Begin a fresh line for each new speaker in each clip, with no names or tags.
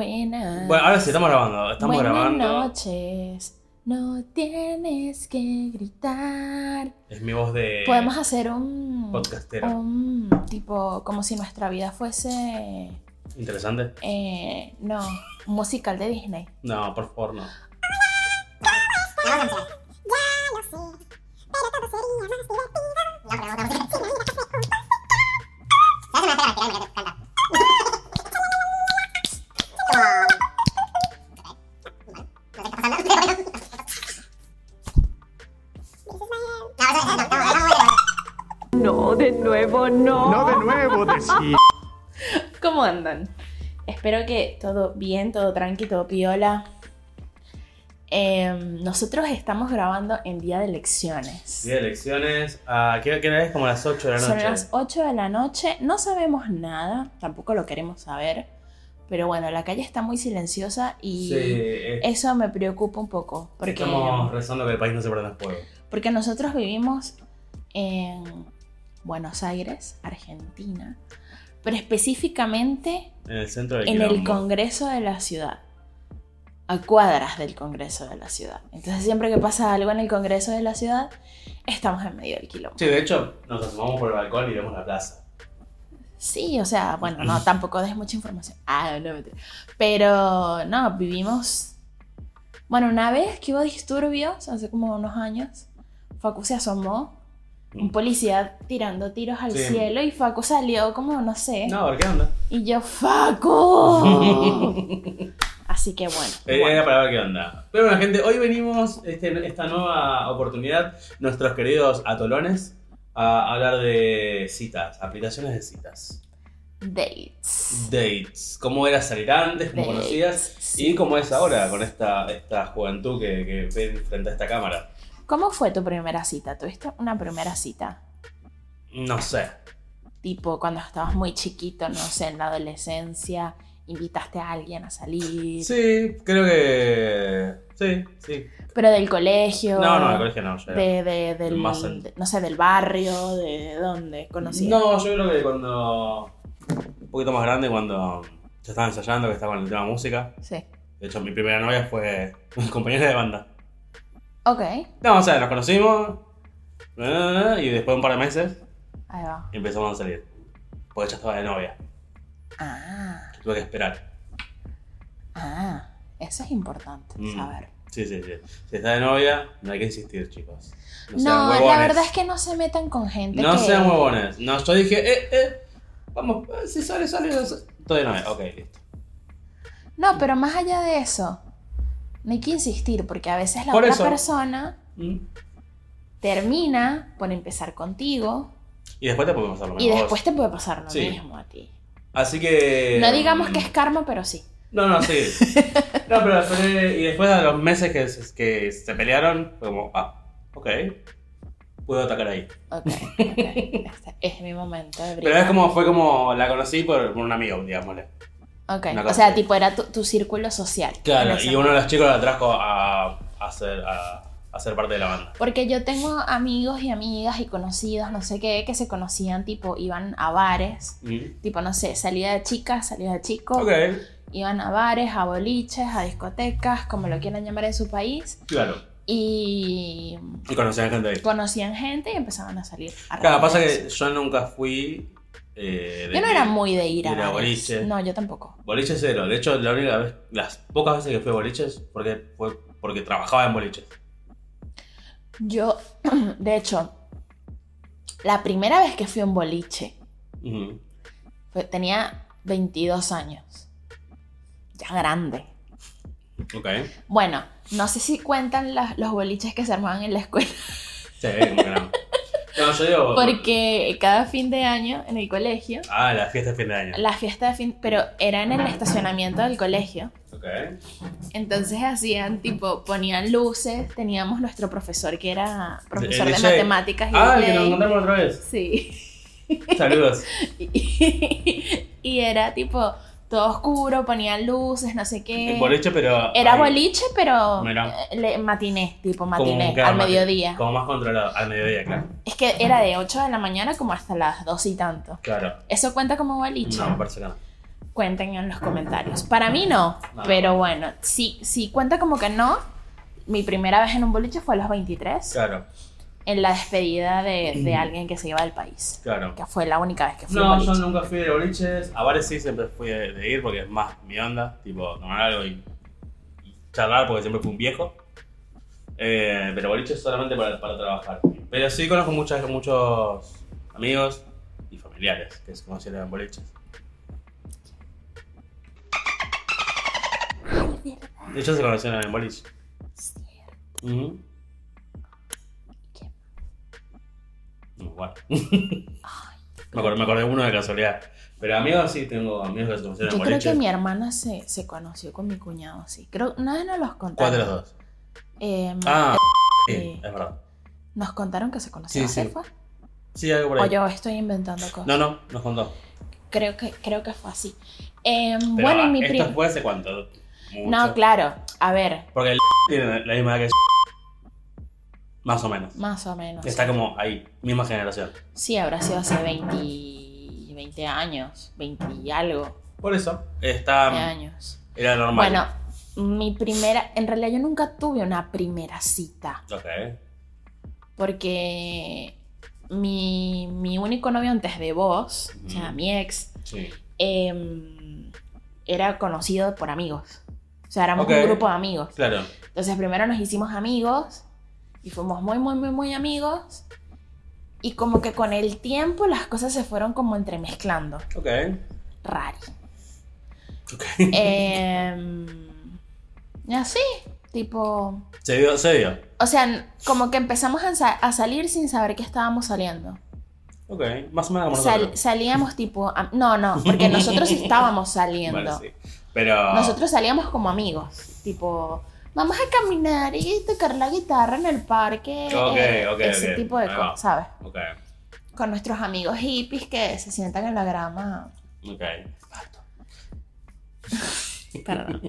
Buenas.
Bueno, ahora sí, estamos grabando. Estamos
Buenas
grabando.
noches. No tienes que gritar.
Es mi voz de
Podemos hacer un,
podcastera.
un tipo como si nuestra vida fuese
Interesante.
eh, no, un musical de Disney.
No, por favor, no.
No, de nuevo, no.
No de nuevo decir.
¿Cómo andan? Espero que todo bien, todo tranqui, todo piola. Em, nosotros estamos grabando en día de elecciones.
Día de elecciones. ah, ¿qué, ¿Qué hora es? Como las 8 de la
Son
noche.
las 8 de la noche, no sabemos nada, tampoco lo queremos saber, pero bueno, la calle está muy silenciosa y
Sí, eh,
eso me preocupa un poco, porque,
estamos rezando que el país no se prenda en fuego.
porque nosotros vivimos en Buenos Aires, Argentina, pero específicamente
En el centro del
en el
quilombo.
Congreso de la ciudad, a cuadras del Congreso de la ciudad. Entonces siempre que pasa algo en el Congreso de la ciudad, estamos en medio del quilombo.
Sí, de hecho, nos asomamos por el balcón y vemos la plaza.
Sí, o sea, bueno, no, tampoco des mucha información. Ah, no, mentira. Pero no, vivimos. Bueno, una vez que hubo disturbios, hace como unos años, Facu se asomó, un policía tirando tiros al
Mm. Sí.
cielo y Facu salió como, no sé.
No, a ver qué onda.
Y yo, ¡Facu! Así que bueno.
Eh, Era para ver qué onda. Pero bueno, gente, hoy venimos este, esta nueva oportunidad, nuestros queridos atolones, a hablar de citas, aplicaciones de citas.
Dates.
Dates. ¿Cómo era salir antes? ¿Cómo conocías?
Dates.
Y como es ahora, con esta, esta juventud que, que ven frente a esta cámara.
¿Cómo fue tu primera cita? ¿Tuviste una primera cita?
No sé.
Tipo, cuando estabas muy chiquito, no sé, en la adolescencia, invitaste a alguien a salir,
Sí, creo que. Sí, sí.
pero del colegio.
No, no, el colegio no. yo era-
De, de- del,
Más al-
de- no sé, del barrio, de dónde conocí.
No, yo creo que cuando. Un poquito más grande, cuando yo estaba ensayando, que estaba en el tema música.
Sí.
De hecho, mi primera novia fue mi compañera de banda.
Ok,
No, o sea, nos conocimos. na, na, na, Y después de un par de meses
ahí va.
empezamos a salir. Porque ya estaba de novia.
Ah,
Tuve que esperar.
ah, eso es importante
Mm.
saber.
Sí, sí, sí. Si está de novia, no hay que insistir, chicos. sean
No, la
huevones.
verdad es que no se metan con gente
No
que...
sean huevones. No, yo dije, eh, eh, vamos, eh, si sale, sale, no sale. Todavía no es. Ok, listo.
No, pero más allá de eso, no hay que insistir, porque a veces la
Por
otra
eso.
persona
Mm.
termina por empezar contigo
Y después te podemos hacer lo
y
mismo a vos.
después te puede pasar lo
Sí. Eh,
mismo a ti.
Así que. mm,
No digamos que es karma, pero sí.
No, no, sí. no, pero después, y después de los meses que se, que se pelearon, fue como, ah, ok. Puedo atacar ahí.
Ok, ok. Este es mi momento de
Pero es
brillar.
como, fue como, la conocí por, por un amigo, digámosle.
Ok,
una
o
cosa
sea,
así.
tipo era tu, tu círculo social. en
Claro,
ese
y uno de
momento.
los chicos la trajo a, a, ser, a, a ser parte de la banda.
Porque yo tengo amigos y amigas y conocidos, no sé qué, que se conocían, tipo, iban a bares.
Mm.
Tipo, no sé, salida de chicas, salida de chicos.
Ok,
Iban a bares, a boliches, a discotecas, como lo quieran llamar en su país.
claro.
Y
Y conocían gente ahí.
conocían gente y empezaban a salir. a
Claro,
raíz
pasa
de
que
eso.
yo nunca fui. eh, de
Yo no
que-
era muy de ir a
ir a
bares.
boliche.
No, yo tampoco.
Boliche cero. De hecho, la única vez, las pocas veces que fui a boliches porque, fue porque trabajaba en boliches.
Yo, de hecho, la primera vez que fui a un boliche,
Ujú.
fue- tenía 22 años. Ya grande.
Ok.
Bueno, no sé si cuentan las- los boliches que se armaban en la escuela,
Sí, como que no. No, yo digo.
porque cada fin de año en el colegio,
Ah, la fiesta de fin de año.
la fiesta de fin, pero era en el estacionamiento del colegio.
Ok.
Entonces hacían tipo, ponían luces, teníamos nuestro profesor que era profesor
el
de,
DJ.
matemáticas y
Eh, Ah, el
DJ.
que nos encontramos otra vez.
Sí.
Saludos.
Y, y era tipo todo oscuro, ponían luces, no sé qué.
En boliche, pero.
Era
ahí,
boliche, pero
Mira.
eh, le- matiné, tipo
como-
matiné,
claro,
al
mati-
mediodía.
Como más controlado. Al mediodía, claro.
Es que era de 8 de la mañana como hasta las 2 y tanto.
Claro.
Eso cuenta como boliche.
No, me parece que no.
cuenten en los comentarios. Para mí no,
No.
pero bueno, si, si cuenta como que no, mi primera vez en un boliche fue a los 23,
Claro,
en la despedida de, de alguien que se iba del país,
claro.
que fue la única vez que fui a un
No, yo
boliche.
nunca fui de boliches. A bares sí siempre fui de, de ir porque es más mi onda. Tipo, tomar algo y, y charlar porque siempre fui un viejo. Eh, pero boliches solamente para, para trabajar. Pero sí conozco muchas, muchos amigos y familiares que se conocieron en boliches. De hecho se conocieron en boliche. Ujú.
¿Quién?
No, bueno. me, acordé, me acordé uno de casualidad. Pero amigos sí tengo amigos que se conocieron en
Yo creo
boliche.
que mi hermana se, se conoció con mi cuñado, sí. Creo, nadie nos los contó.
¿Cuál de los dos?
Eh,
Ah,
Sí.
sí, es verdad.
Nos contaron que se conocieron,
Sí, sí.
¿sí fue?
Sí, algo por
O
ahí.
yo estoy inventando cosas.
No, no, nos contó.
Creo, que, creo que fue así. Eh,
Pero,
bueno, y
ah,
mi
¿Esto
prima...
fue hace cuánto? Mucho.
No, claro. A ver,
Porque el tiene la misma edad que Más o menos.
más o menos.
Está como ahí, misma generación.
Sí, habrá sido hace 20, 20 años, 20 y algo
Por eso.
de
Está.
años.
Era normal.
Bueno, mi primera, en realidad yo nunca tuve una primera cita,
Ok.
porque mi, mi único novio antes de vos, o sea,
Ujú.
mi ex,
Sí.
em, era conocido por amigos. O sea, éramos
Ok.
un grupo de amigos.
Claro.
Entonces primero nos hicimos amigos y fuimos muy, muy, muy, muy amigos. Y como que con el tiempo las cosas se fueron como entremezclando.
Ok.
Rari.
Ok.
Em, y así, tipo...
Se dio, se dio.
O sea, n- como que empezamos a, sa- a salir sin saber que estábamos saliendo.
Ok. Más o menos como
Sal-
nosotros.
salíamos tipo... am- no, no, porque nosotros estábamos saliendo.
Vale, sí. Pero.
Nosotros salíamos como amigos, tipo, vamos a caminar y tocar la guitarra en el parque,
Ok,
eh,
ok,
ese
ok.
tipo de
Ahí va.
cosas, ¿sabes?
Ok.
Con nuestros amigos hippies que se sientan en la grama,
Ok.
perdón,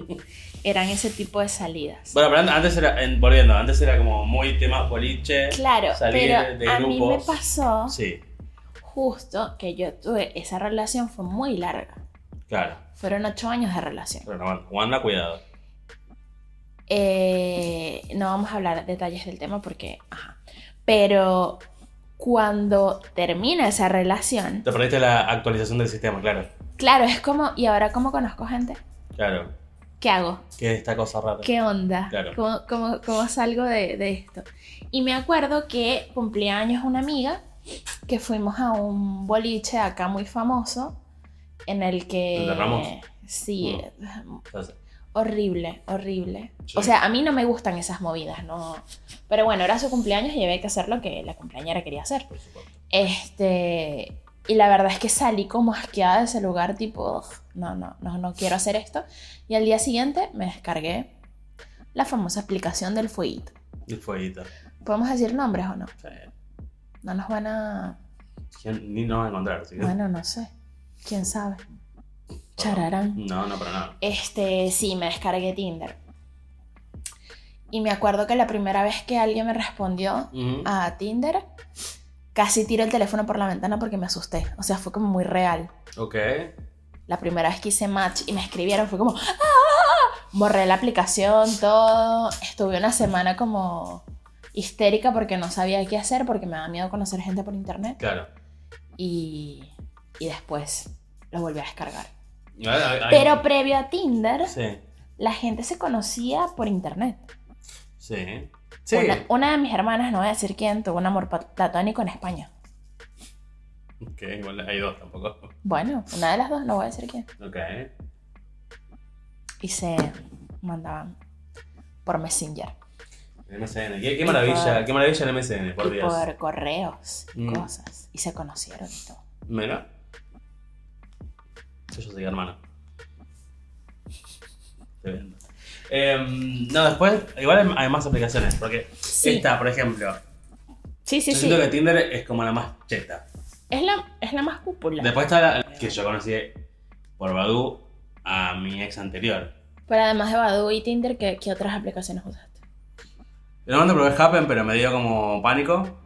eran ese tipo de salidas.
Bueno, pero an- antes era. en- volviendo, antes era como muy temas boliche.
Claro,
salir
pero
de
a mí me
grupos.
pasó
Sí,
justo que yo tuve, esa relación fue muy larga,
claro.
fueron ocho años de relación.
Pero no, bueno, Wanda, cuidado.
Eh, no vamos a hablar detalles del tema porque, ajá. pero cuando termina esa relación,
Te perdiste la actualización del sistema, claro.
Claro, es como, ¿y ahora cómo conozco gente?
Claro.
¿Qué hago?
Que esta cosa rara.
¿Qué onda?
Claro.
¿Cómo, cómo, cómo salgo de, de esto? Y me acuerdo que cumplía años una amiga que fuimos a un boliche acá muy famoso en el que...
¿El de Ramos?
Sí, eh,
Entonces,
horrible, horrible.
Sí.
O sea, a mí no me gustan esas movidas, ¿no? Pero bueno, era su cumpleaños y había que hacer lo que la cumpleañera quería hacer.
por supuesto.
Este, y la verdad es que salí como asqueada de ese lugar, tipo, "Ugh, no, no, no, no quiero hacer esto. Y al día siguiente me descargué la famosa aplicación del fueguito.
El fueguito.
¿Podemos decir nombres o no?
Sí.
No nos van a...
¿Quién- Ni nos va a encontrar, así que-
Bueno, no sé. ¿Quién sabe?
Ah.
Chararán.
No, no, para nada.
Este, sí, me descargué Tinder. Y me acuerdo que la primera vez que alguien me respondió
Ujú.
a Tinder, casi tiro el teléfono por la ventana porque me asusté. O sea, fue como muy real.
Ok.
La primera vez que hice match y me escribieron fue como, ¡Ah! borré la aplicación, todo. Estuve una semana como histérica porque no sabía qué hacer, porque me daba miedo conocer gente por internet.
Claro.
Y, y después lo volví a descargar.
Ahora, ahí- ahí-
Pero previo a Tinder,
Sí.
la gente se conocía por internet.
Sí. Sí.
Una, una de mis hermanas, no voy a decir quién, tuvo un amor pat- platónico en España.
Ok, igual hay dos tampoco.
Bueno, una de las dos, no voy a decir quién.
Ok.
Y se mandaban por Messenger.
El MSN. Qué, qué maravilla, qué maravilla el MSN, por
y
Dios.
por correos y
Mm.
cosas. Y se conocieron y todo.
Mira. Yo, yo soy hermano. Tremendo. Em, no, después, igual hay más aplicaciones, porque
Sí,
esta, por ejemplo,
sí, sí.
yo
sí.
siento que Tinder es como la más cheta.
Es, la, es la más popular.
Después está la que yo conocí por Badu a mi ex anterior.
Pero además de Badoo y Tinder, ¿qué, qué otras aplicaciones usaste?
En un momento probé Happen, pero me dio como pánico,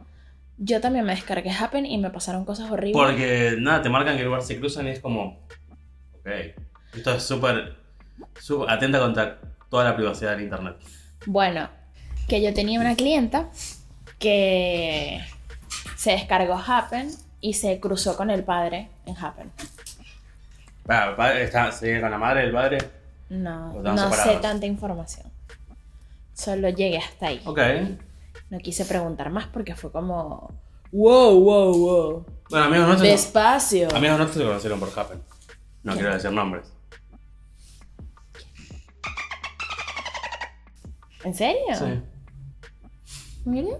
Yo también me descargué Happen y me pasaron cosas horribles.
porque nada, te marcan qué lugar se cruzan y es como, ok, Esto es súper. súper- Atenta contra toda la privacidad del internet.
Bueno, que yo tenía una clienta que se descargó Happen y se cruzó con el padre en Happen.
Ah, el padre está, ¿Sigue con la madre el padre?
No,
Los dan
no sé
separados.
tanta información. Solo llegué hasta ahí.
Ok.
No quise preguntar más porque fue como. Wow, wow, wow.
Bueno, amigos nuestros.
Despacio.
Amigos nuestros se conocieron por Happen. No quiero decir nombres.
¿En serio? Mira.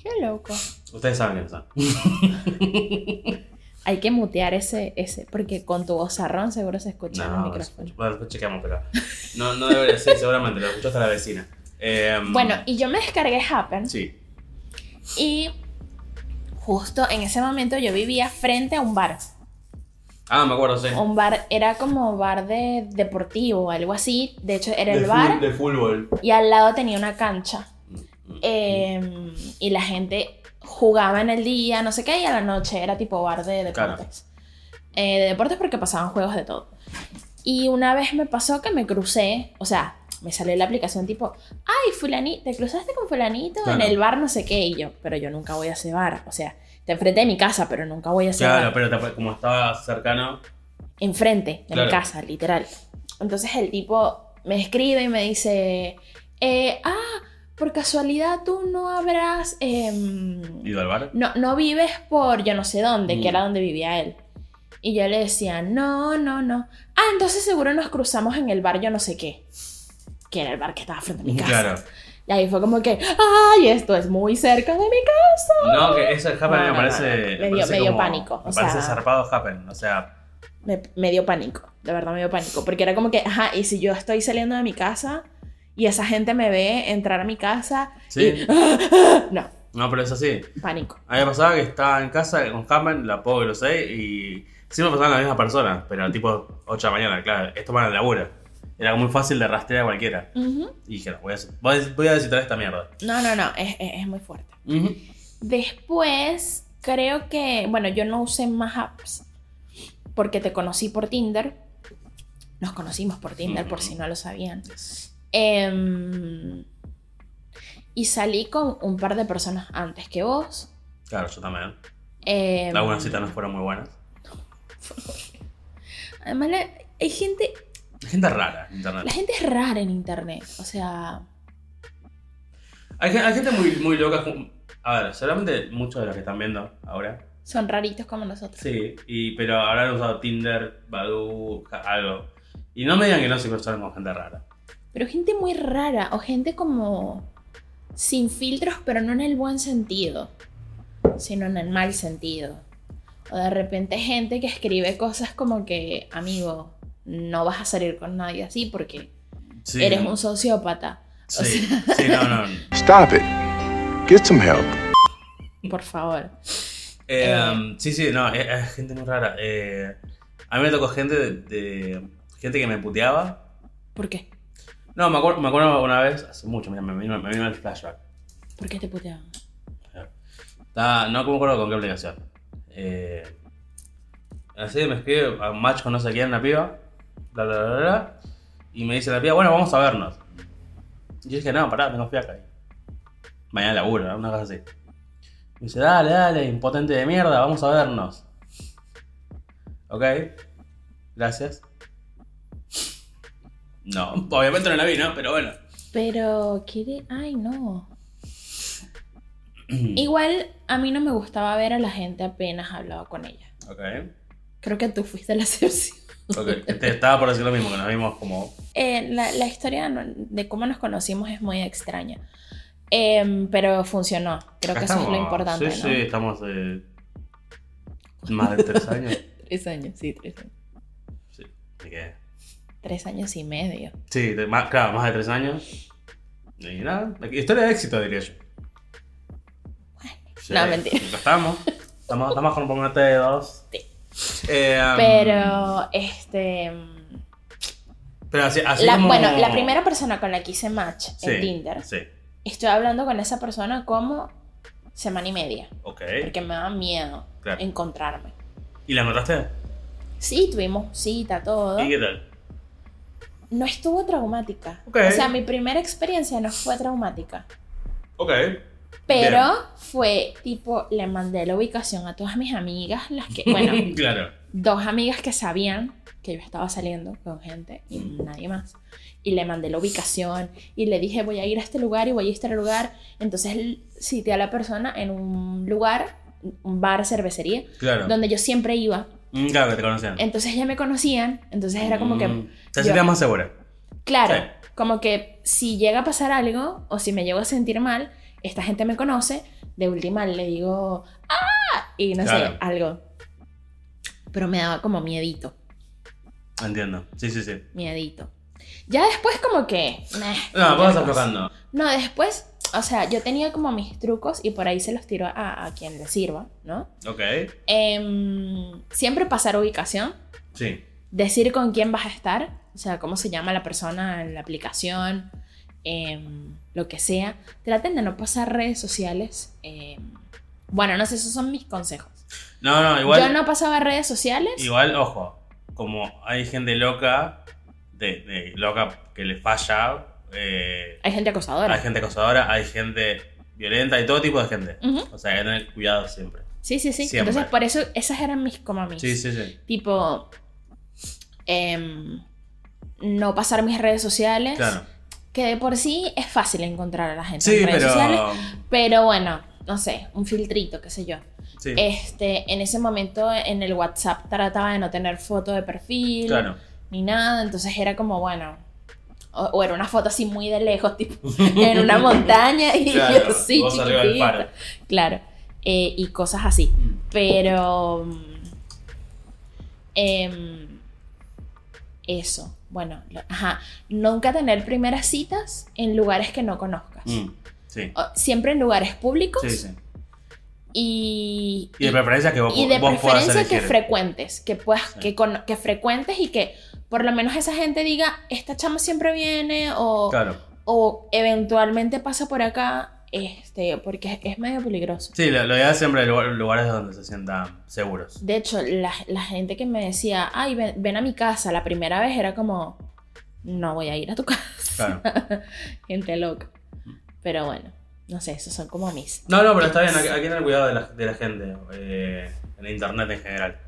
Qué loco.
Ustedes saben quiénes son.
Hay que mutear ese, ese, porque con tu gozarrón seguro se escucha en el
No,
micrófono.
bueno, después chequeamos, pero. No, no debería ser, seguramente. Lo escuchó hasta la vecina. Eh,
Bueno, y yo me descargué Happen
Sí.
y justo en ese momento yo vivía frente a un bar.
Ah, me acuerdo, sí.
Un bar era como bar de deportivo o algo así. De hecho, era el
De
bar
fu- De fútbol.
y al lado tenía una cancha.
Mm,
Eh, y la gente jugaba en el día, no sé qué, y a la noche era tipo bar de deportes. Eh, de deportes porque pasaban juegos de todo. Y una vez me pasó que me crucé, o sea, me salió la aplicación tipo, ay, fulani, te cruzaste con fulanito en
Claro.
el bar no sé qué, y yo, pero yo nunca voy a ese bar, o sea, está enfrente de mi casa, pero nunca voy a ese
Claro,
bar
pero te- como estaba cercano.
enfrente de
Claro.
mi casa, literal. Entonces el tipo me escribe y me dice, eh, ah, por casualidad tú no habrás, em,
¿Ido al bar?
no, no vives por yo no sé dónde,
Mm.
que era donde vivía él. Y yo le decía, no, no, no. Ah, entonces seguro nos cruzamos en el bar yo no sé qué. Que era el bar que estaba frente a mi casa.
Claro.
Y ahí fue como que, ay, esto es muy cerca de mi casa.
No, que eso el Happen
No,
me
no,
parece.
no, no. Me dio-
parece
me dio
como-
pánico,
Me
o
parece
sea-
zarpado Happen. O sea,
me, me dio pánico, de verdad me dio pánico, porque era como que, ajá, y si yo estoy saliendo de mi casa y esa gente me ve entrar a mi casa,
sí.
no,
No, pero es así.
pánico.
A mí me pasaba que estaba en casa con Happen, la pobre, lo sé, y siempre pasaban las mismas personas, pero tipo 8 de la mañana, claro. Esto para el laburo. Era muy fácil de rastrear a cualquiera.
Ujú.
Y dije, no, voy a, voy a- voy a visitar esta mierda.
No, no, no, es, es- es muy fuerte. Después, creo que, bueno, yo no usé más apps porque te conocí por Tinder. Nos conocimos por Tinder, por si no lo sabían. Em, y salí con un par de personas antes que vos.
Claro, yo también.
Em,
Algunas citas no fueron muy buenas.
Además, la- hay gente
Hay Gente rara en
La
internet.
gente es rara en internet, o sea,
Hay, gen- hay gente muy, muy loca. ju- A ver, seguramente muchos de los que están viendo ahora
son raritos como nosotros.
Sí, y, pero habrán usado Tinder, Badoo, ja- algo. Y no me digan que no se cruzaron con gente rara.
Pero gente muy rara, o gente como sin filtros, pero no en el buen sentido, sino en el mal sentido. O de repente gente que escribe cosas como que, amigo, no vas a salir con nadie así porque
Sí.
eres un sociópata.
Sí, sí, no, no. Eh,
Stop it. Get some help.
Por favor.
Eh, um, sí, sí, no, es, es gente muy rara. Eh, a mí me tocó gente de, de- gente que me puteaba.
¿Por qué?
No, me acuerdo, me acuerdo una vez, hace mucho, mira, me vino, me vino el flashback.
¿Por qué te puteaban?
Estaba- no me acuerdo con qué aplicación. Eh, así me escribe a un match con no sé quién, la piba. Bla, bla, bla, bla. Y me dice la piba, bueno, vamos a vernos. Y yo dije, no, pará, tengo fiaca. Mañana laburo, ¿no? una cosa así. Me dice, dale, dale, impotente de mierda, vamos a vernos. Ok, gracias. No, obviamente no la vi, ¿no? Pero bueno.
Pero, quiere. Ay, no. Igual a mí no me gustaba ver a la gente apenas hablaba con ella.
Ok,
Creo que tú fuiste la excepción.
ok. Este, estaba por decir lo mismo, que nos vimos como
Eh, la, la historia no- de cómo nos conocimos es muy extraña. Em, pero funcionó. Creo que eso es lo
Estamos-
importante,
Ah, Sí,
¿no?
sí, estamos eh, más de tres años.
Tres años, sí, tres años.
Sí, me quedé.
Tres años y medio.
Sí, de- más- claro, más de tres años. Y nada, aquí- historia de éxito, diría yo. Sí,
no, mentira.
nunca Estamos, estamos, estamos con un poco de dos. Eh, um,
Pero, este.
pero así, así
la-
como-
Bueno, la primera persona con la que hice match
Sí,
en Tinder,
Sí,
estoy hablando con esa persona como semana y media.
ok.
Porque me da miedo
Claro.
encontrarme.
¿Y la encontraste?
Sí, tuvimos cita, todo.
¿Y qué tal?
No estuvo traumática.
Ok.
O sea, mi primera experiencia no fue traumática.
Ok.
Pero
Bien.
fue tipo, le mandé la ubicación a todas mis amigas, las que, bueno,
claro.
dos amigas que sabían que yo estaba saliendo con gente y nadie más. Y le mandé la ubicación y le dije, voy a ir a este lugar y voy a ir a este lugar. Entonces l- cité a la persona en un lugar, un bar, cervecería,
Claro.
donde yo siempre iba.
Mm, Claro, que te conocían.
Entonces ya me conocían, entonces era como que,
Mm, Te
yo-
sentías más segura.
claro,
Sí.
como que si llega a pasar algo o si me llego a sentir mal, esta gente me conoce, de última le digo, ¡ah! Y no
Claro.
sé, algo. Pero me daba como miedito.
Entiendo. Sí, sí, sí.
miedito. Ya después como que... meh, cualquier
No, vos vas
cosa.
aflojando.
No, después, o sea, yo tenía como mis trucos y por ahí se los tiro a, a quien le sirva, ¿no?
Ok.
Em, siempre pasar ubicación,
Sí.
decir con quién vas a estar, o sea, cómo se llama la persona en la aplicación, em, lo que sea. Traten de no pasar redes sociales. em, bueno, no sé, esos son mis consejos.
No, no, igual.
Yo no pasaba redes sociales.
Igual, ojo, como hay gente loca, de, de loca que le falla, eh,
Hay gente acosadora.
hay gente acosadora, hay gente violenta, hay todo tipo de gente.
Ujú.
O sea, hay que tener cuidado siempre.
Sí, sí, sí.
Siempre.
Entonces, por eso esas eran mis como mis.
Sí, sí, sí.
tipo em, no pasar mis redes sociales
Claro.
que de por sí es fácil encontrar a la gente
Sí,
en redes sociales
pero.
pero bueno no sé un filtrito qué sé yo
Sí,
este en ese momento en el WhatsApp trataba de no tener foto de perfil
claro.
ni nada entonces era como bueno o, o era una foto así muy de lejos tipo en una montaña y
Claro,
yo sí
vos arriba del
chiquitita.
faro.
claro eh, y cosas así
Mm.
pero. mm, em, eso. Bueno, lo- ajá. Nunca tener primeras citas en lugares que no conozcas.
Mm. Sí.
O- siempre en lugares públicos.
Sí, sí.
Y.
Y de preferencia que vos,
y de
vos puedas
preferencia que
elegir.
frecuentes, que puedas,
Sí.
que, cono- que frecuentes y que por lo menos esa gente diga, esta chama siempre viene o,
Claro.
o eventualmente pasa por acá, este, porque es- es medio peligroso.
Sí, lo, lo ideal es siempre lugar- lugares donde se sientan seguros.
De hecho, la, la gente que me decía, ay, ven, ven a mi casa, la primera vez era como, no voy a ir a tu casa.
Claro.
gente loca. Pero bueno, no sé, esos son como mis.
No, no, pero está bien, hay, que- hay que tener cuidado de la, de la gente, eh, en internet en general.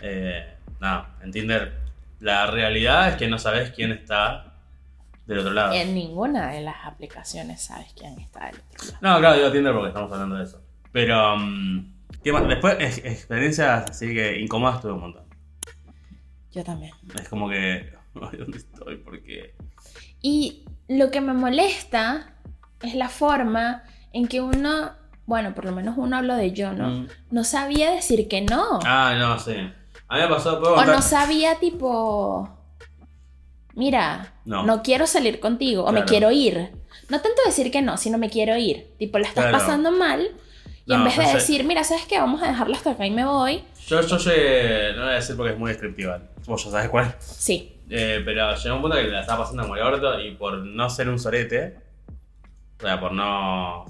Eh, nada, en Tinder la realidad es que no sabes quién está del otro lado.
En ninguna de las aplicaciones sabes quién está del otro lado.
No, claro, digo Tinder porque estamos hablando de eso. Pero, mm, ¿qué más? Después, ex- experiencias así que incómodas tuve un montón.
Yo también.
Es como que, ay, ¿dónde estoy? Porque...
Y lo que me molesta es la forma en que uno, bueno, por lo menos uno hablo de yo, ¿no? No sabía decir que no.
Mm. Ah, no, sí. A mí me pasó, ¿puedo
O
contar?
Oh, no sabía tipo, mira,
No.
no, quiero salir contigo o me
Claro.
quiero ir. No tanto decir que no, sino me quiero ir. Tipo, la estás
Claro.
pasando mal y
No,
en vez de
no sé.
decir, mira, ¿sabes qué? Vamos a dejarlo hasta acá y me voy.
Yo, yo llegué, no voy a decir porque es muy descriptiva, vos ya sabes cuál es.
Sí,
Eh, pero llegó un punto que la estaba pasando como el orto y por no ser un sorete, o sea, por no,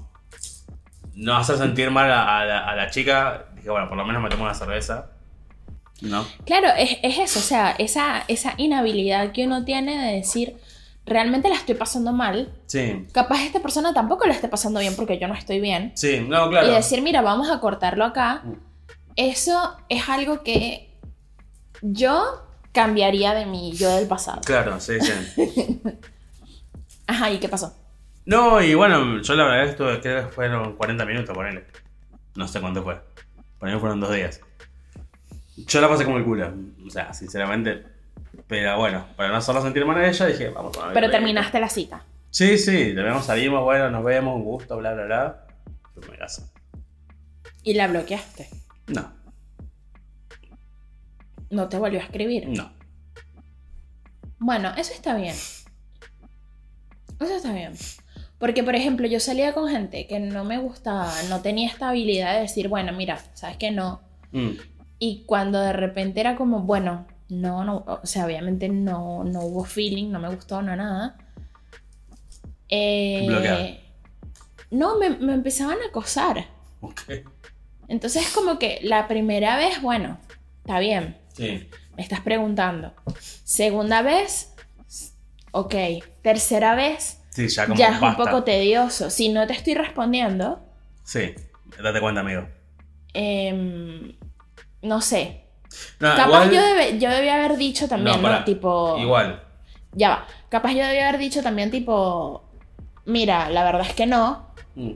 no hacer sentir mal a, a la, a la chica, dije, bueno, por lo menos me tomo una cerveza. ¿No?
claro, es, es eso, o sea, esa, esa inhabilidad que uno tiene de decir, realmente la estoy pasando mal.
Sí,
Capaz esta persona tampoco la esté pasando bien porque yo no estoy bien.
sí, no, claro.
y decir, mira, vamos a cortarlo acá,
Mm.
eso es algo que yo cambiaría de mi yo del pasado.
Claro, sí, sí.
Ajá, ¿y qué pasó?
No, y bueno, yo la verdad estuve, creo que fueron 40 minutos, ponele. No sé cuánto fue. Ponele fueron dos días. Yo la pasé como el culo, o sea, sinceramente. Pero bueno, para no hacerla sentir mal a ella, dije, vamos a ver.
Pero terminaste la cita.
Sí, sí, terminamos, salimos, bueno, nos vemos, un gusto, bla, bla, bla. Yo me caso.
Y la bloqueaste.
No,
No te volvió a escribir.
no.
Bueno, eso está bien. Eso está bien. Porque, por ejemplo, yo salía con gente que no me gustaba, no tenía esta habilidad de decir, bueno, mira, sabes que no.
Mm,
Y cuando de repente era como, bueno, no, no, o sea, obviamente no, no hubo feeling, no me gustó, no nada. Eh,
Bloqueada.
No, me, me empezaban a acosar.
ok.
Entonces como que la primera vez, bueno, está bien.
Sí.
Me estás preguntando. Segunda vez, ok. Tercera vez,
Sí, ya como
ya es un
basta.
poco tedioso. Si no te estoy respondiendo,
Sí, date cuenta, amigo.
em, no sé.
No,
Capaz
Ah, igual-
yo, debe- yo debía haber dicho también,
No,
¿no?
pará.
Tipo.
Igual.
Ya va. Capaz yo debía haber dicho también, tipo. Mira, la verdad es que no.
Mm,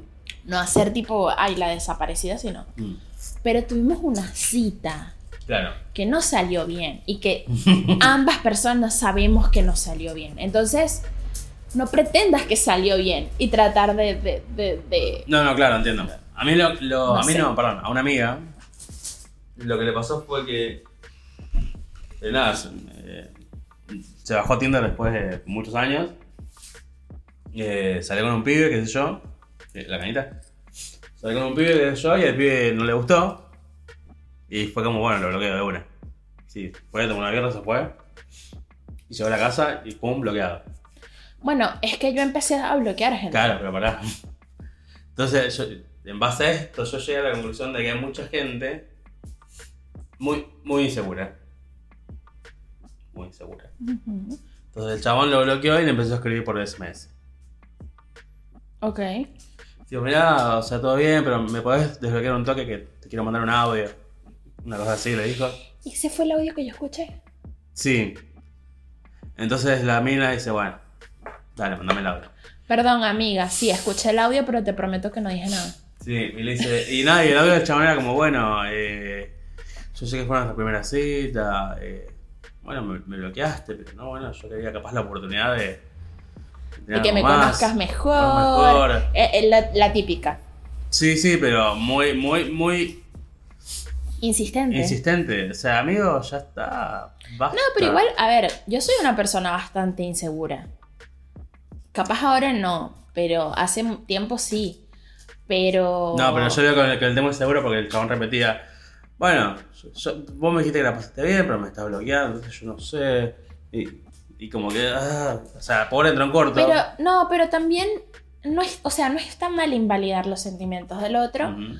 No hacer tipo, ay, la desaparecida, sino.
mm,
Pero tuvimos una cita
Claro.
que no salió bien y que ambas personas sabemos que no salió bien. Entonces, no pretendas que salió bien y tratar de... de- de- de-
No, no, claro, entiendo. A mí lo, lo-
No
a mí
sé.
no, perdón, a una amiga lo que le pasó fue que eh, nada, se, eh, se bajó a Tinder después de muchos años. Eh, salió con un pibe, qué sé yo, eh, la canita. Salió con un pibe, qué sé yo, y el pibe no le gustó. Y fue como, bueno, lo bloqueo de una. Sí, fue, tomó una guerra, se fue. Y llegó a la casa y pum, bloqueado.
Bueno, es que yo empecé a bloquear gente.
Claro, pero pará. Entonces, yo- en base a esto, yo llegué a la conclusión de que hay mucha gente muy, muy insegura. Muy insegura.
Ujú.
Entonces el chabón lo bloqueó y le empezó a escribir por SMS.
Ok.
Digo, mirá, o sea, todo bien, pero me podés desbloquear un toque que te quiero mandar un audio. Una cosa así, le dijo.
¿Y ese fue el audio que yo escuché?
Sí. Entonces la mina dice, bueno, dale, mandame el audio.
Perdón, amiga, sí, escuché el audio, pero te prometo que no dije nada.
Sí, y le dice, y nada, y el audio del chabón era como, bueno, eh, yo sé que fue nuestra primera cita, eh, bueno, me, me bloqueaste, pero no, bueno, yo quería capaz la oportunidad de... tener
Y que
algo
me
más,
conozcas
algo
mejor.
mejor.
Eh, eh, la, la típica.
Sí, sí, pero muy, muy, muy
Insistente.
insistente. O sea, amigo, ya está, basta.
No, pero igual, a ver, yo soy una persona bastante insegura. Capaz ahora no, pero hace mu- tiempo sí. Pero.
No, pero yo veo que el, que el tema es seguro porque el chabón repetía, bueno, yo- yo- vos me dijiste que la pasaste bien, pero me estás bloqueando, entonces yo no sé. Y, y como que, ah, o sea, pobre entró en corto.
Pero, no, pero también. No es, o sea, no está mal invalidar los sentimientos del otro
Ujú.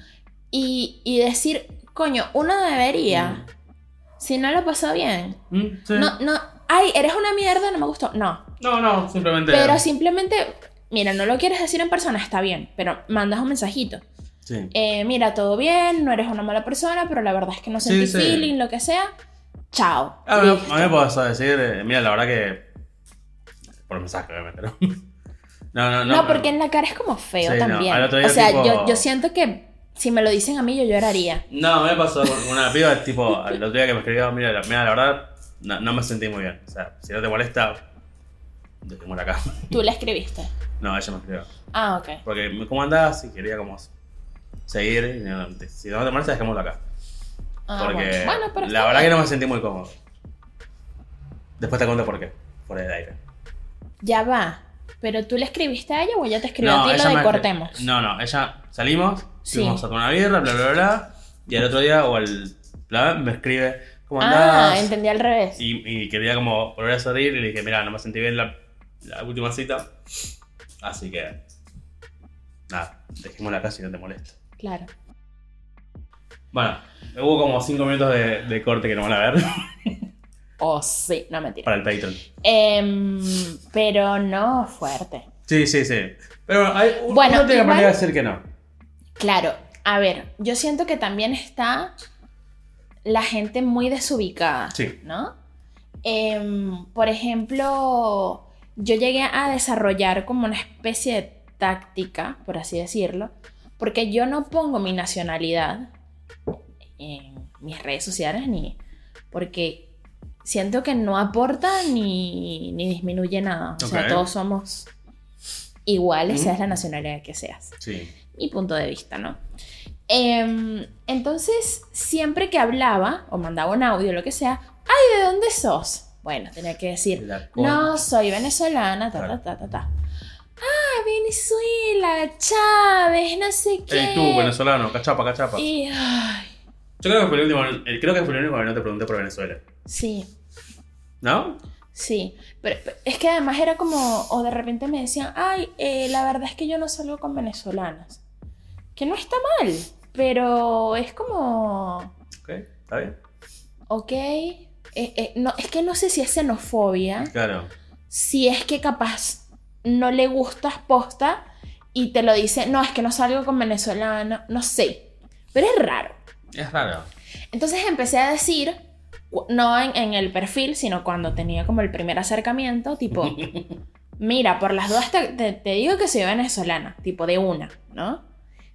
y, y decir, coño, uno debería, si no lo pasó bien.
Mm, sí.
No, no, ay, eres una mierda, no me gustó. No,
no, no, simplemente.
pero simplemente, mira, no lo quieres decir en persona, está bien, pero mandas un mensajito.
Sí.
eh, mira, todo bien, no eres una mala persona, pero la verdad es que no
Sí,
sentí
sí. Ah,
feeling, lo que sea. Chao.
A mí,
Listo.
a mí me puedes decir, eh, mira, la verdad que. Por mensaje, obviamente, ¿no? No, no, no.
no, porque en la cara es como feo
Sí, no,
también.
al otro día,
o sea,
tipo-
yo, yo siento que si me lo dicen a mí, yo lloraría.
No, me pasó con una piba, tipo, el otro día que me escribió, mira, la, mira, la verdad, no, no me sentí muy bien. O sea, si no te molesta, dejémosla acá.
Tú la escribiste.
No, ella me escribió.
Ah, ok.
Porque me cómo andás y quería como seguir. y no, te- si no te molesta, dejémosla acá.
Ah,
Porque
bueno. Bueno, pero
la
está
verdad que
bien.
no me sentí muy cómodo. Después te cuento por qué, por el aire.
Ya va. Pero tú le escribiste a ella o ella te escribió a ti lo
ella
de
me-
cortemos.
No, no, ella salimos,
Sí.
fuimos a tomar una birra, bla, bla, bla. Y al otro día, o al plan, me escribe, ¿cómo
ah,
andás?
entendí al revés.
y, y quería como volver a salir y le dije, mira, no me sentí bien la, la última cita. Así que, nada, dejémosla acá si no te molesta.
Claro.
Bueno, hubo como 5 minutos de, de corte que no van a ver
Oh, sí, no mentira.
para el Patreon.
Em, pero no fuerte.
Sí, sí, sí. Pero hay, un-
Bueno,
uno tiene que
igual-
aprender a decir que no.
Claro, a ver, yo siento que también está la gente muy desubicada,
Sí.
¿no? Em, por ejemplo, yo llegué a desarrollar como una especie de táctica, por así decirlo, porque yo no pongo mi nacionalidad en mis redes sociales ni porque siento que no aporta ni, ni disminuye nada. O sea,
Ok.
todos somos iguales,
Mm.
seas la nacionalidad que seas
Sí.
mi punto de vista, ¿no? Em, entonces, siempre que hablaba o mandaba un audio, lo que sea, ay, ¿de dónde sos? Bueno, tenía que decir,
La con-
no, soy venezolana, ta, ta,
Claro.
ta, ta, ta. Ah, Venezuela, Chávez, no sé qué.
Ey, tú, venezolano, cachapa, cachapa.
Y, ay,
Yo creo que fue el último, el- creo que fue el único que no te pregunté por Venezuela.
sí,
¿No?
sí. Pero, pero es que además era como, o de repente me decían, ay, eh, la verdad es que yo no salgo con venezolanas. Que no está mal, pero es como...
Ok, está bien.
ok. eh, eh, no, es que no sé si es xenofobia,
Claro.
si es que capaz no le gustas posta y te lo dice, no, es que no salgo con venezolano, no sé. Pero es raro.
Es raro.
Entonces empecé a decir, cu- no en, en el perfil, sino cuando tenía como el primer acercamiento, tipo, mira, por las dudas te, te- te digo que soy venezolana, tipo de una, ¿no?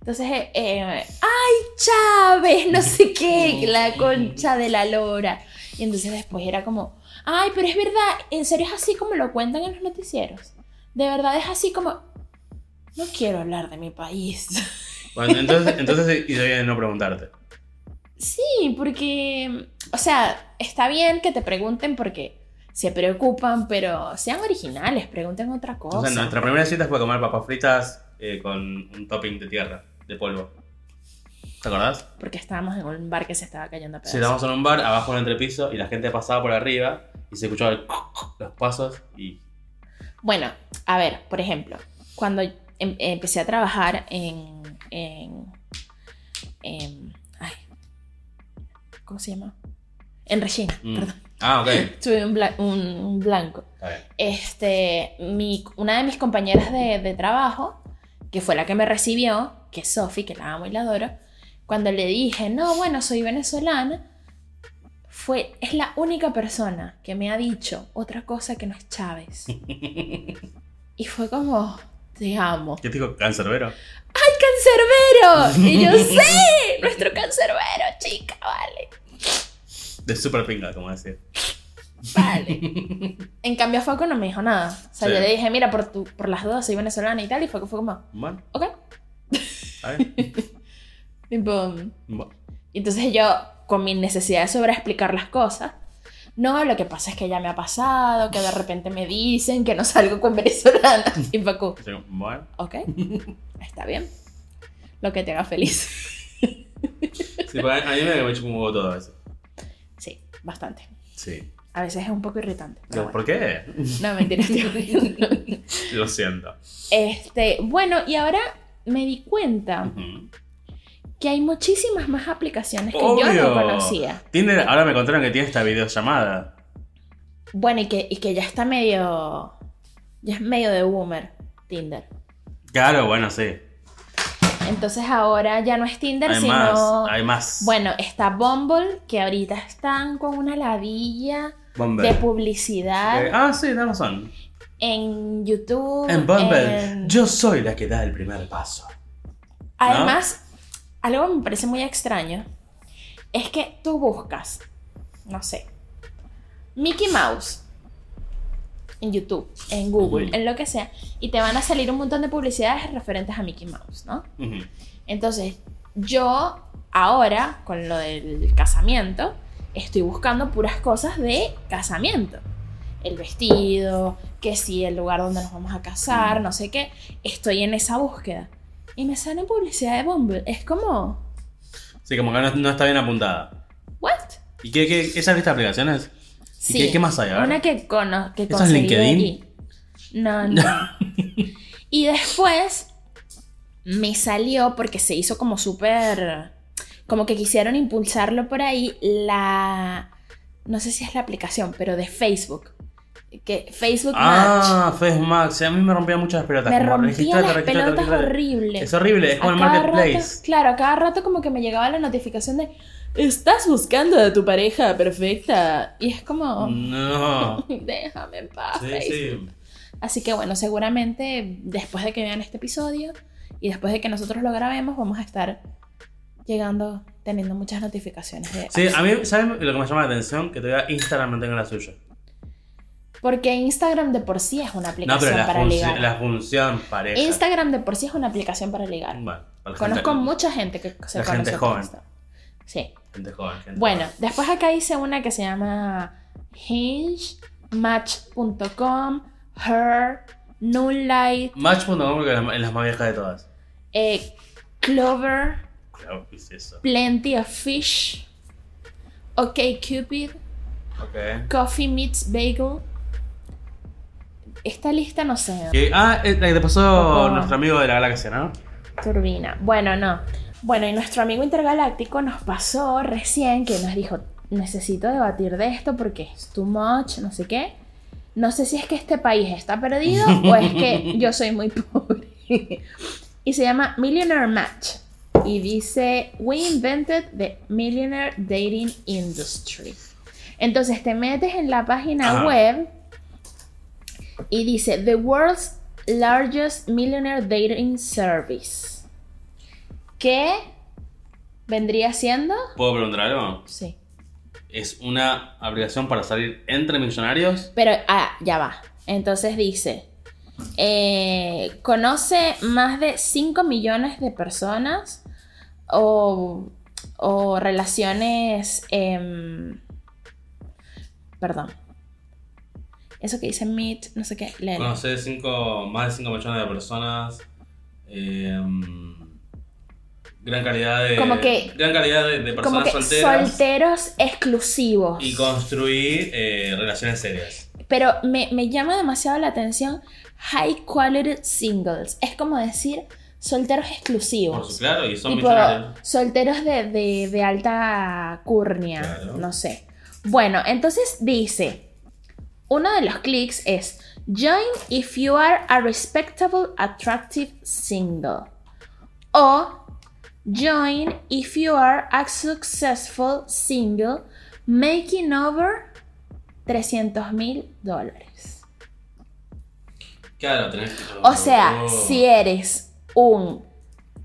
Entonces, eh, eh, ay, Chávez, no sé qué, la concha de la lora. Y entonces después era como, ay, pero es verdad, en serio es así como lo cuentan en los noticieros. De verdad es así como, no quiero hablar de mi país.
Bueno, entonces, entonces hizo bien en no preguntarte.
Sí, porque, o sea, está bien que te pregunten porque se preocupan, pero sean originales, pregunten otra cosa.
O sea, nuestra primera cita fue comer papas fritas eh, con un topping de tierra, de polvo. ¿Te acordás?
Porque estábamos en un bar que se estaba cayendo a pedazos.
Sí, estábamos en un bar, abajo en el entrepiso, y la gente pasaba por arriba y se escuchaba el los pasos y.
Bueno, a ver, por ejemplo, cuando em- empecé a trabajar en, en, en- ay, ¿cómo se llama? En Regina,
Mm.
perdón.
Ah, ok. Está
Tuve un bla- un- un blanco.
bien.
este, mi, una de mis compañeras de, de trabajo, que fue la que me recibió, que es Sofi, que la amo y la adoro, cuando le dije, no, bueno, soy venezolana, fue, es la única persona que me ha dicho otra cosa que no es Chávez. y fue como, te amo.
¿Qué te dijo cancerbero?
¡Cancerbero! Y yo, sí, nuestro cancerbero, chica, vale.
De super pinga, como decir.
Vale. En cambio, Foco no me dijo nada. O sea,
Sí.
yo le dije, mira, por, tu, por las dudas soy venezolana y tal. Y Foco fue como,
Bueno,
ok.
está bien.
Tipo,
Bueno,
Y entonces yo, con mi necesidad de sobreexplicar las cosas, no, lo que pasa es que ya me ha pasado, que de repente me dicen que no salgo con venezolanas. Y Facu,
sí, bueno.
ok, está bien. Lo que te haga feliz.
Sí, pues, a mí me, me chupa un huevo todo a veces.
Sí, bastante.
Sí.
A veces es un poco irritante. pero
Digo,
bueno.
¿Por qué?
No, mentira, estoy jodiendo.
Lo siento.
Este, bueno, y ahora me di cuenta
Ujú.
que hay muchísimas más aplicaciones que yo
Obvio.
no conocía.
Tinder, ahora me contaron que tiene esta videollamada.
Bueno, y que, y que ya está medio. Ya es medio de boomer, Tinder.
Claro, bueno, sí.
Entonces ahora ya no es Tinder,
Hay
sino.
más, hay más.
Bueno, está Bumble, que ahorita están con una ladilla
Bumble.
de publicidad
Eh, ah, sí, tenés razón.
en YouTube.
En Bumble,
en-
yo soy la que da el primer paso.
Además, algo que me parece muy extraño es que tú buscas, no sé, Mickey Mouse en YouTube, en Google,
Ujú.
en lo que sea, y te van a salir un montón de publicidades referentes a Mickey Mouse, ¿no?
Ujú.
Entonces, yo ahora, con lo del casamiento, estoy buscando puras cosas de casamiento. El vestido, que si el lugar donde nos vamos a casar, no sé qué. Estoy en esa búsqueda. Y me sale publicidad de Bumble. Es como,
Sí, como que no, no está bien apuntada.
¿what?
¿Y qué, qué esas estas aplicaciones?
Sí.
qué- qué más hay? A ver.
Una que, cono que
¿Eso es
conseguí de
LinkedIn?
allí. No, no. y después me salió, porque se hizo como súper... Como que quisieron impulsarlo por ahí, la... No sé si es la aplicación, pero de Facebook. Que Facebook Match.
Ah, Facebook sí, a mí me rompía muchas las pelotas.
Me
como
rompía
registrate,
las
registrate,
pelotas
registrate.
horrible.
Es horrible, es como
A
el
cada rato-
marketplace.
claro, a cada rato como que me llegaba la notificación de estás buscando a tu pareja perfecta. Y es como,
Mm. No.
déjame en paz.
Sí,
Facebook.
sí.
Así que bueno, seguramente después de que vean este episodio y después de que nosotros lo grabemos, vamos a estar llegando, teniendo muchas notificaciones de
Sí, a mí, ¿sabes lo que me llama la atención? Que todavía Instagram no tenga la suya.
Porque Instagram de por sí es una
No,
aplicación
pero la,
para
funci-
ligar.
la función pareja.
Instagram de por sí es una aplicación para ligar.
Bueno, para Mm, la
Conozco
gente-
mucha gente que se
la
conoce
gente
por
joven.
Instagram. Sí.
Gente joven, gente
Bueno,
joven.
después acá hice una que se llama Hinge, Match.com, Her, Moonlight,
Match.com creo que es la- es la más vieja de todas.
eh, Clover.
Claro, ¿qué es eso?
Plenty of Fish, OK Cupid,
Ok.
Coffee Meets Bagel. Esta lista no sé,
Que- ah, es la que te pasó nuestro amigo de la galaxia, ¿no?
turbina. Bueno, no. Bueno, y nuestro amigo intergaláctico nos pasó recién que nos dijo, necesito debatir de esto porque es too much, no sé qué. No sé si es que este país está perdido o es que yo soy muy pobre. y se llama Millionaire Match. Y dice, we invented the millionaire dating industry. Entonces te metes en la página
Ajá.
web y dice, the world's largest millionaire dating service. ¿Qué vendría siendo?
¿Puedo preguntar algo?
Sí.
¿Es una aplicación para salir entre millonarios?
Pero ah, ya va. Entonces dice, eh, conoce más de 5 millones de personas o, o relaciones... em, perdón. Eso que dice meet, no sé qué, léelo.
¿Conoces cinco, más de 5 millones de personas? Eh, gran calidad de.
Como que-
Gran calidad de, de
Como
personas
que
solteras.
solteros exclusivos.
y construir eh, relaciones serias.
Pero me, me llama demasiado la atención high quality singles. Es como decir solteros
Por
exclusivos.
su claro, y son
Tipo,
millonarios.
solteros de, de- de alta curnia,
Claro.
no sé. Bueno, entonces dice, uno de los clics es, join if you are a respectable, attractive single. O, join if you are a successful single, making over 300 mil dólares.
Claro, tenés que.
O sea,
Oh,
si eres un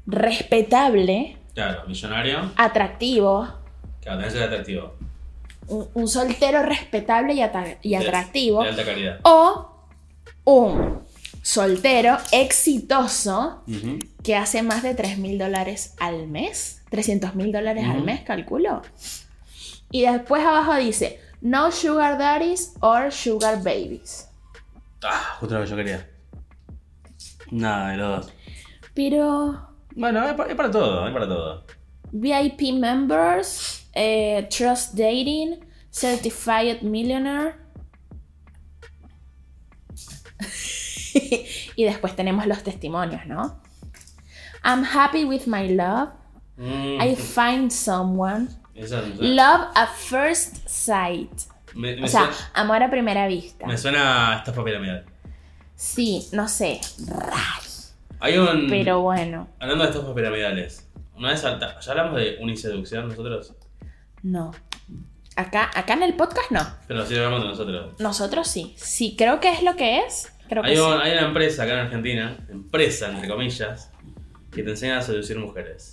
respetable,
Claro, millonario.
atractivo,
Claro, tenés que ser atractivo.
un, un soltero respetable y, ata- y
de-
atractivo,
De, alta calidad.
o un soltero exitoso
Ujú.
que hace más de 3 mil dólares al mes, 300 mil dólares al
Ujú.
mes, calculo. Y después abajo dice, no sugar daddies or sugar babies.
Ah, justo lo que yo quería. Nada, de los dos.
Pero
Bueno, es para, es para todo, es para todo.
VIP members, eh, trust dating, certified millionaire. y después tenemos los testimonios, ¿no? I'm happy with my love.
Mm,
I find someone.
esa- esa-
Love at first sight.
me, me
O sea,
suena,
amor a primera vista.
me suena a estafa piramidal.
Sí, no sé,
Hay un.
pero bueno,
Hablando de estafas piramidales. Una vez alta. Ya hablamos de uniseducción nosotros.
no. Acá, acá en el podcast no.
Pero sí hablamos de nosotros.
Nosotros sí. Sí, creo que es lo que es. Creo que
Hay,
sí.
un- hay una empresa acá en Argentina, empresa entre comillas, que te enseña a seducir mujeres.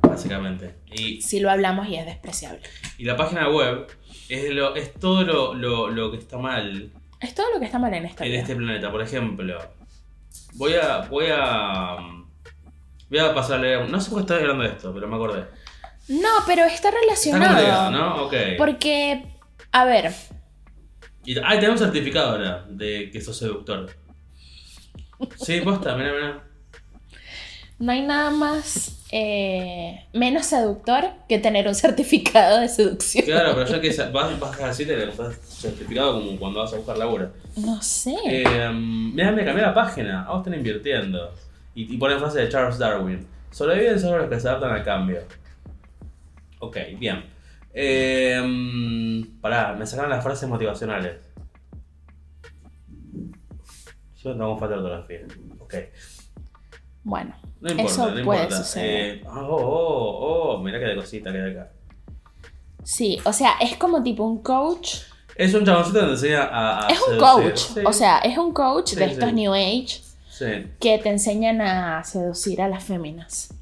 Básicamente. Y,
si lo hablamos y es despreciable.
y la página web es, lo, es todo lo, lo- lo que está mal
Es todo lo que está mal en esta
en
vida.
este planeta. Por ejemplo, voy a. Voy a. Voy a pasar a leer. No sé por qué estoy hablando de esto, pero me acordé.
No, pero está
Está
relacionado.
conectado, ¿no? Ok.
Porque, a ver,
Y, ah, tenemos un certificado ahora de que sos seductor. Sí, posta, mirá, mirá.
no hay nada más eh, menos seductor que tener un certificado de seducción.
Claro, pero ya que sa- vas, vas así, te lo estás certificado como cuando vas a buscar laburo.
No sé.
Eh, mirá, me cambié la página. A vos están invirtiendo. Y, y ponen frase de Charles Darwin. Sobreviven solo los que se adaptan al cambio. Ok, bien. Eh, pará, me sacaron las frases motivacionales. Yo tengo falta de ortografía. Ok.
Bueno,
No importa,
Eso
no
puede
importa.
suceder.
Eh, oh, oh, oh, mirá que de cosita que hay acá.
sí, o sea, es como tipo un coach.
Es un chaboncito que te enseña a. a
Es un
seducir.
coach.
Sí,
O sea, es un coach de
Sí,
estos
sí.
New Age
Sí.
que te enseñan a seducir a las féminas.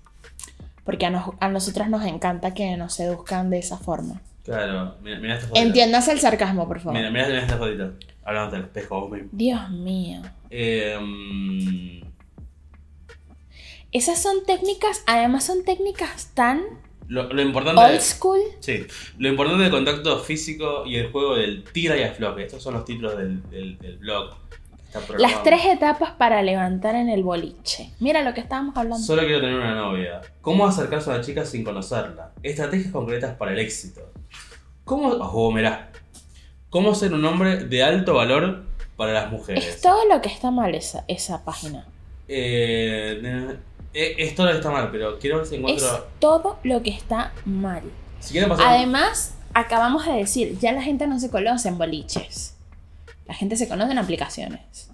Porque a, nos- a nosotras nos encanta que nos seduzcan de esa forma.
Claro, mira, mira esta fotito.
Entiéndase el sarcasmo, por favor.
Mira, mira, mira esta fotito. Hablamos del espejo vos mismo.
Dios mío.
Eh, mm,
Esas son técnicas, además son técnicas tan
lo, lo importante
old
es.
school.
Sí, lo importante del contacto físico y el juego del tira y afloque. Estos son los títulos del, del, del blog. Está programado.
Las tres etapas para levantar en el boliche. Mira lo que estábamos hablando.
Solo quiero tener una novia. ¿Cómo acercarse a una chica sin conocerla? Estrategias concretas para el éxito. ¿Cómo. Oh, mirá. ¿Cómo ser un hombre de alto valor para las
Es
mujeres?
todo lo que está mal esa, esa página.
Eh, eh, esto no está mal, pero quiero ver si
Es
encuentro.
todo lo que está mal.
Si quieren pasar.
Además, acabamos de decir, ya la gente no se conoce en boliches. La gente se conoce en aplicaciones.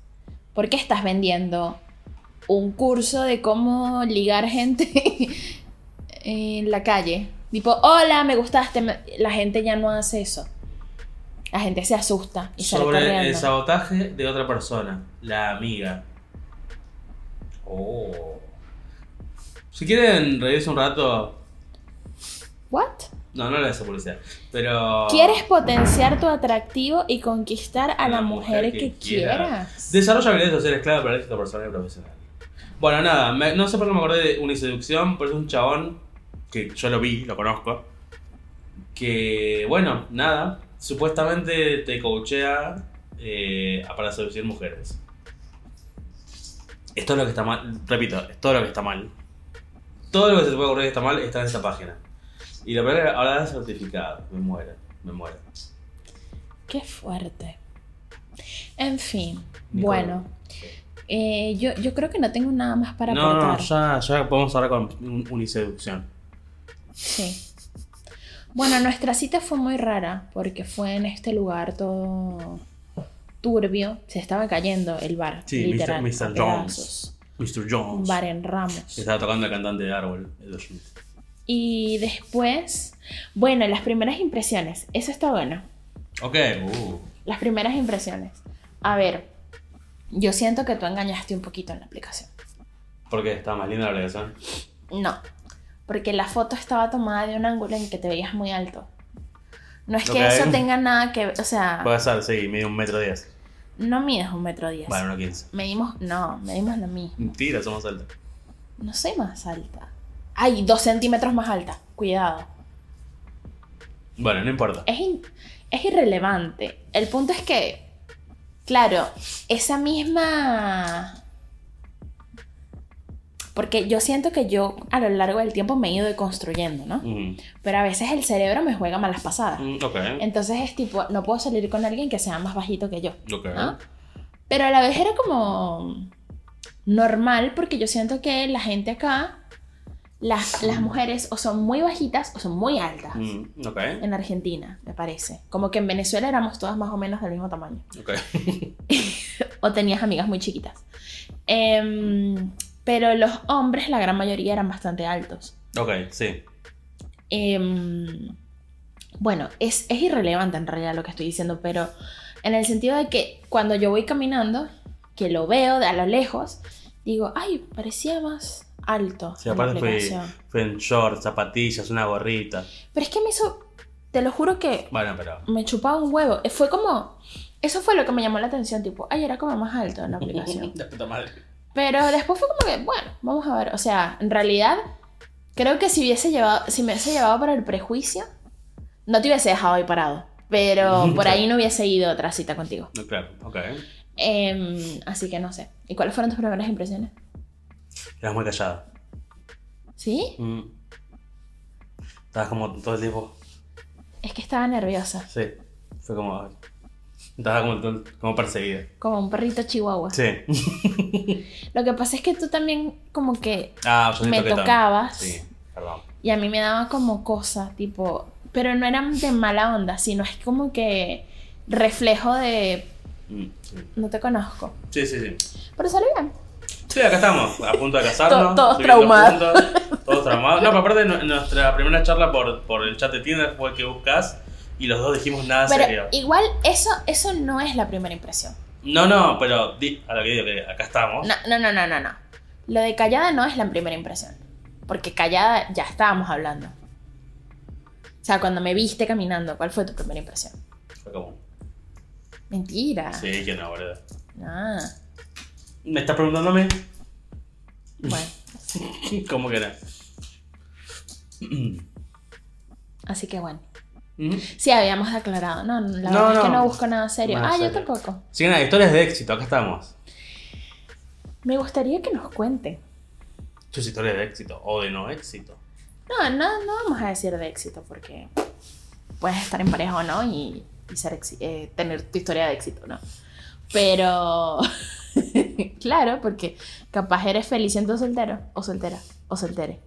¿Por qué estás vendiendo un curso de cómo ligar gente en la calle? Tipo, hola, me gustaste. me- La gente ya no hace eso. La gente se asusta y sale
sobre el
corriendo.
sabotaje de otra persona, la amiga. Oh. Si quieren reírse un rato.
¿What?
No, no le hace publicidad. Pero.
¿Quieres potenciar tu atractivo y conquistar a la, mujer, que,
quiera.
quieras?
Desarrolla habilidades sociales clave para el éxito personal y profesional. Bueno, nada, me- no sé por qué me acordé de Uniseducción, pero es un chabón que yo lo vi, lo conozco. Que, bueno, nada, supuestamente te coachea eh, para seducir mujeres. Esto es lo que está mal, repito, es todo lo que está mal. Todo lo que se te puede ocurrir que está mal está en esta página. Y la verdad, ahora es certificado, me muero, me muero.
Qué fuerte. En fin,
Nicole.
bueno. Eh, yo, yo creo que no tengo nada más para
no, no,
aportar.
ya, ya podemos hablar con un- Uniseducción.
Sí. Bueno, nuestra cita fue muy rara porque fue en este lugar todo turbio. Se estaba cayendo el bar.
Sí, Mr.
literal,
Mr.
a
Jones.
pedazos.
Mr. Jones.
Un bar en Ramos.
Estaba tocando el cantante de Árbol, Edo Schmidt.
Y después, bueno, las primeras impresiones. Eso está bueno.
Ok, uh,
Las primeras impresiones. A ver, yo siento que tú engañaste un poquito en la aplicación.
¿Por qué? Estaba más linda la aplicación.
No, porque la foto estaba tomada de un ángulo en que te veías muy alto. No es que
Ok.
eso tenga nada que ver, o sea,
Puede ser, sí, medio un metro diez.
no mides un metro diez.
Bueno, uno quince.
Medimos, no, medimos lo mismo.
Mentira, somos altos.
No soy más alta. Ay, dos centímetros más alta, cuidado.
Bueno, no importa.
Es, in- es irrelevante. El punto es que, claro, esa misma... Porque yo siento que yo a lo largo del tiempo me he ido deconstruyendo, ¿no?
Mm,
Pero a veces el cerebro me juega malas pasadas.
mm, ok.
Entonces es tipo, no puedo salir con alguien que sea más bajito que yo.
Ok.
¿no? Pero a la vez era como normal porque yo siento que la gente acá, las, las mujeres o son muy bajitas o son muy altas.
Mm, ok.
En Argentina, me parece. Como que en Venezuela éramos todas más o menos del mismo tamaño.
Ok.
O tenías amigas muy chiquitas. Em, pero los hombres, la gran mayoría, eran bastante altos.
Ok, sí.
Em, bueno, es, es irrelevante en realidad lo que estoy diciendo, pero en el sentido de que cuando yo voy caminando, que lo veo de a lo lejos, digo, ay, parecía más alto.
Sí,
en la
aparte fui,
aplicación".
fui en shorts, zapatillas, una gorrita.
Pero es que me hizo, te lo juro que
Bueno, pero.
me chupaba un huevo. Eh, Fue como, eso fue lo que me llamó la atención, tipo, ay, era como más alto en la aplicación.
La puta madre.
Pero después fue como que, bueno, vamos a ver. O sea, en realidad, creo que si hubiese llevado, si me hubiese llevado para el prejuicio, no te hubiese dejado ahí parado. Pero por ahí no hubiese ido a otra cita contigo.
No, claro, ok.
Em, así que no sé. ¿Y cuáles fueron tus primeras impresiones?
Eras muy callada.
¿Sí?
Mm. Estabas como todo el tiempo.
Es que estaba nerviosa,
Sí. Fue como. Estabas como, todo- como perseguida.
como un perrito chihuahua.
Sí.
Lo que pasa es que tú también como que...
Ah, yo soy
Me
toquetón.
tocabas.
Sí, perdón.
Y a mí me daba como cosa, tipo... Pero no era de mala onda, sino es como que reflejo de...
Mm, Sí,
No te conozco.
sí, sí.
Pero salió bien.
Sí, acá estamos, a punto de casarnos.
To- todos
viviendo
traumados.
juntos, todos traumados. No, pero aparte, nu- nuestra primera charla por, por el chat de Tinder fue que buscas y los dos dijimos nada
Pero
serio.
igual eso, eso no es la primera impresión.
No, no, pero di- a lo que digo que acá estamos.
No, no, no, no, no, no. Lo de callada no es la primera impresión. Porque callada ya estábamos hablando. O sea, cuando me viste caminando, ¿cuál fue tu primera impresión?
Fue como,
Mentira.
sí, que no, boludo.
Ah,
¿Me estás preguntándome?
bueno.
¿Cómo que era?
Así que bueno.
Ujú.
Sí, habíamos aclarado. No, la
No,
verdad es que
no.
no busco nada serio.
Nada
ah, yo
serio.
tampoco.
Sí, nada, historias de éxito, acá estamos.
Me gustaría que nos cuenten.
Sus historias de éxito o de no éxito.
No, no, no vamos a decir de éxito porque puedes estar en pareja o no y, y ser exi- eh, tener tu historia de éxito, ¿no? Pero, claro, porque capaz eres feliz siendo soltero o soltera o soltere.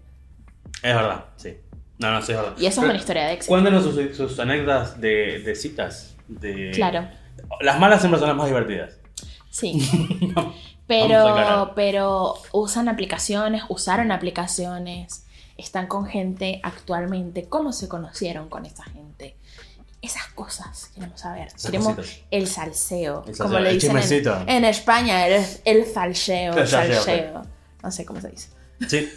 Es verdad, sí. No, no, sí, es verdad.
Y eso es
Pero,
una historia de éxito.
Cuéntenos sus, sus anécdotas de, de citas. De...
Claro.
Las malas siempre son las más divertidas.
Sí.
Vamos a aclarar.
pero, pero usan aplicaciones, usaron aplicaciones, están con gente actualmente. ¿Cómo se conocieron con esta gente? Esas cosas queremos saber.
Esas
Queremos
cositas.
el salseo.
El salseo,
como le
el
dicen
chismecito.
en, en España, el, el salseo.
El
El
salseo,
salseo. No sé cómo se dice.
Sí.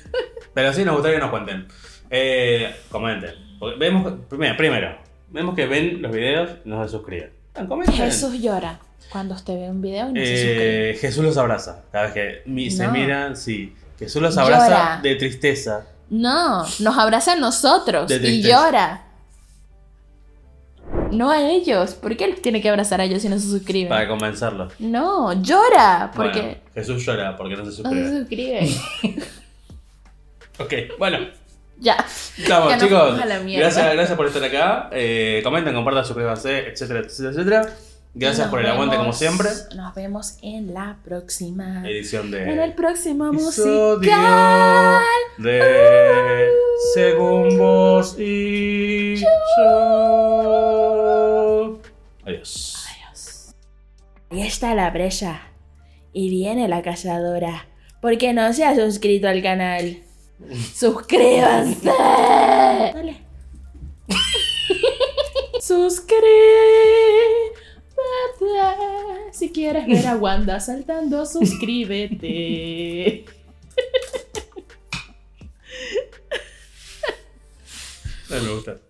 Pero sí, nos gustaría que nos cuenten. Eh, comenten. Porque Vemos, primero, primero, vemos que ven los videos y nos suscriben. Ah, Comenten.
Jesús llora cuando usted ve un video y no se suscribe.
Eh, Jesús los abraza. Cada vez que mi- se
No.
miran, sí. Jesús los abraza
Llora.
de tristeza.
No, nos abraza a nosotros
De
y
tristeza.
llora. No a ellos. ¿Por qué los tiene que abrazar a ellos si no se suscriben?
Para convencerlos.
No, llora porque
Bueno, Jesús llora porque no se
no se
suscribe.
suscriben.
Ok, bueno.
ya.
Estamos,
Ya nos
chicos.
vamos a la mierda.
Gracias, gracias por estar acá. Eh, comenten, compartan, suscríbanse, etcétera, etcétera, etcétera. Gracias
Nos
por el aguante, como
vemos-
siempre.
Nos vemos en la próxima.
Edición de.
En el próximo
episodio
musical. Uh.
de Según vos y yo. Adiós.
Ahí está la brecha. Y viene la cazadora. Porque no se ha suscrito al canal. ¡Suscríbanse! Dale. Suscríbete. Si quieres ver a Wanda saltando, suscríbete.
Ay, me gusta.